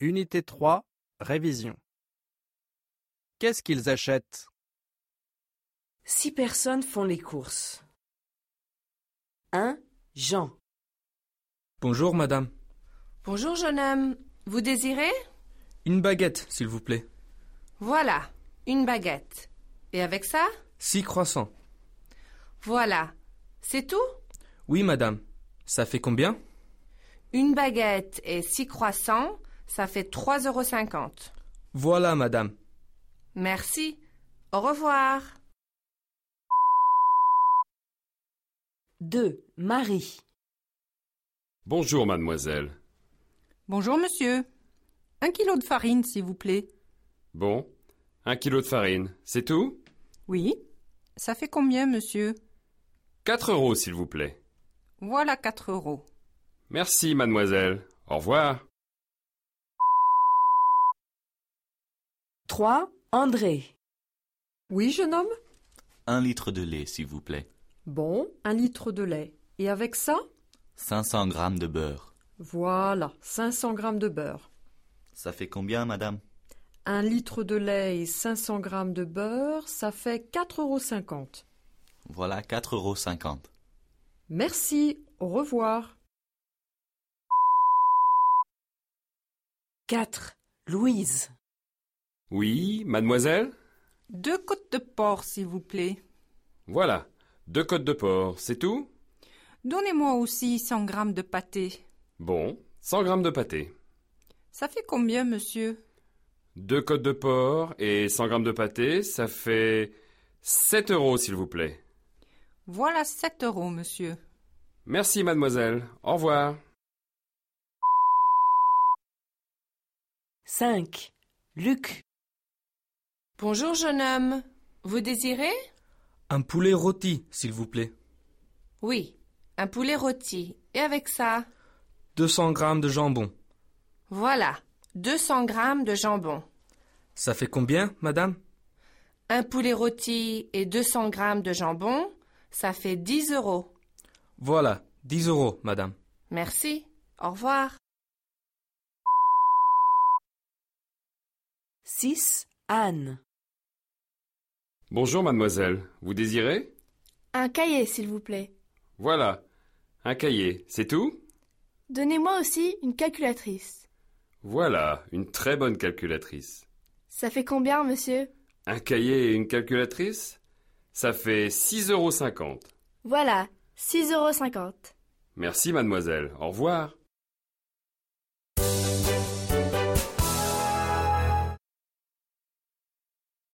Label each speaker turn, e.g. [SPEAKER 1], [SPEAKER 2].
[SPEAKER 1] Unité 3, révision. Qu'est-ce qu'ils achètent
[SPEAKER 2] Six personnes font les courses. 1. Jean.
[SPEAKER 3] Bonjour madame.
[SPEAKER 4] Bonjour jeune homme. Vous désirez
[SPEAKER 3] Une baguette, s'il vous plaît.
[SPEAKER 4] Voilà, une baguette. Et avec ça
[SPEAKER 3] Six croissants.
[SPEAKER 4] Voilà. C'est tout
[SPEAKER 3] Oui madame. Ça fait combien
[SPEAKER 4] Une baguette et six croissants, ça fait 3,50 euros.
[SPEAKER 3] Voilà madame.
[SPEAKER 4] Merci. Au revoir.
[SPEAKER 2] 2. Marie.
[SPEAKER 5] Bonjour, mademoiselle.
[SPEAKER 6] Bonjour monsieur. Un kilo de farine, s'il vous plaît.
[SPEAKER 5] Bon, un kilo de farine, c'est tout
[SPEAKER 6] Oui. Ça fait combien, monsieur
[SPEAKER 5] 4 euros, s'il vous plaît.
[SPEAKER 6] Voilà quatre euros.
[SPEAKER 5] Merci, mademoiselle. Au revoir.
[SPEAKER 2] 3. André.
[SPEAKER 7] Oui, jeune homme
[SPEAKER 8] Un litre de lait, s'il vous plaît.
[SPEAKER 7] Bon, un litre de lait. Et avec ça
[SPEAKER 8] 500 grammes de beurre.
[SPEAKER 7] Voilà, 500 grammes de beurre.
[SPEAKER 8] Ça fait combien, madame
[SPEAKER 7] Un litre de lait et 500 grammes de beurre, ça fait 4,50 euros.
[SPEAKER 8] Voilà 4,50 euros.
[SPEAKER 7] Merci, au revoir.
[SPEAKER 2] 4. Louise.
[SPEAKER 5] Oui, mademoiselle
[SPEAKER 6] Deux côtes de porc, s'il vous plaît.
[SPEAKER 5] Voilà, deux côtes de porc, c'est tout
[SPEAKER 6] Donnez-moi aussi 100 grammes de pâté.
[SPEAKER 5] Bon, 100 grammes de pâté.
[SPEAKER 6] Ça fait combien, monsieur
[SPEAKER 5] Deux côtes de porc et 100 grammes de pâté, ça fait 7 euros, s'il vous plaît.
[SPEAKER 6] Voilà sept euros, monsieur.
[SPEAKER 5] Merci, mademoiselle. Au revoir.
[SPEAKER 2] 5. Luc.
[SPEAKER 4] Bonjour jeune homme. Vous désirez
[SPEAKER 3] Un poulet rôti, s'il vous plaît.
[SPEAKER 4] Oui, un poulet rôti. Et avec ça
[SPEAKER 3] 200 grammes de jambon.
[SPEAKER 4] Voilà, 200 grammes de jambon.
[SPEAKER 3] Ça fait combien, madame
[SPEAKER 4] Un poulet rôti et 200 grammes de jambon, ça fait 10 euros.
[SPEAKER 3] Voilà, 10 euros, madame.
[SPEAKER 4] Merci. Au revoir.
[SPEAKER 2] 6. Anne.
[SPEAKER 5] Bonjour, mademoiselle. Vous désirez
[SPEAKER 9] Un cahier, s'il vous plaît.
[SPEAKER 5] Voilà, un cahier, c'est tout
[SPEAKER 9] Donnez-moi aussi une calculatrice.
[SPEAKER 5] Voilà, une très bonne calculatrice.
[SPEAKER 9] Ça fait combien, monsieur
[SPEAKER 5] Un cahier et une calculatrice Ça fait 6,50 euros.
[SPEAKER 9] Voilà, 6,50 euros.
[SPEAKER 5] Merci, mademoiselle. Au revoir.